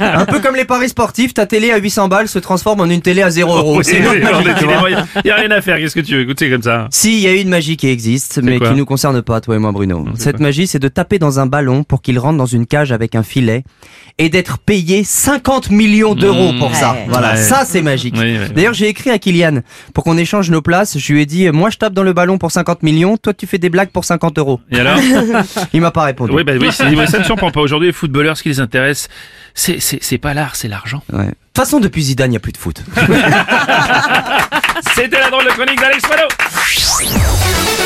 Un peu comme les paris sportifs, ta télé à 800 balles se transforme en une télé à 0 euros. Oh, C'est une autre magie, tu vois. Il y a rien à faire. Qu'est-ce que tu veux Écoute, c'est comme ça. Si, il y a une magie qui existe, mais quoi qui nous concerne pas, toi et moi, Bruno. c'est Cette quoi magie, c'est de taper dans un ballon pour qu'il rentre dans une cage avec un filet et d'être payé 50 millions d'euros Mmh. pour ça. Ouais. Voilà, Ouais. ça, c'est magique. Oui, oui. D'ailleurs, j'ai écrit à Kylian pour qu'on échange nos places. Je lui ai dit, moi, je tape dans le ballon pour 50 millions, toi, tu fais des blagues pour 50 euros. Et alors Il m'a pas répondu. Oui, bah oui, c'est- ouais, ça ne surprend pas. Aujourd'hui, les footballeurs, ce qui les intéresse, c'est c'est c'est pas l'art, c'est l'argent. Ouais. De toute façon, depuis Zidane, il n'y a plus de foot. C'était la drôle de chronique d'Alex Fallot.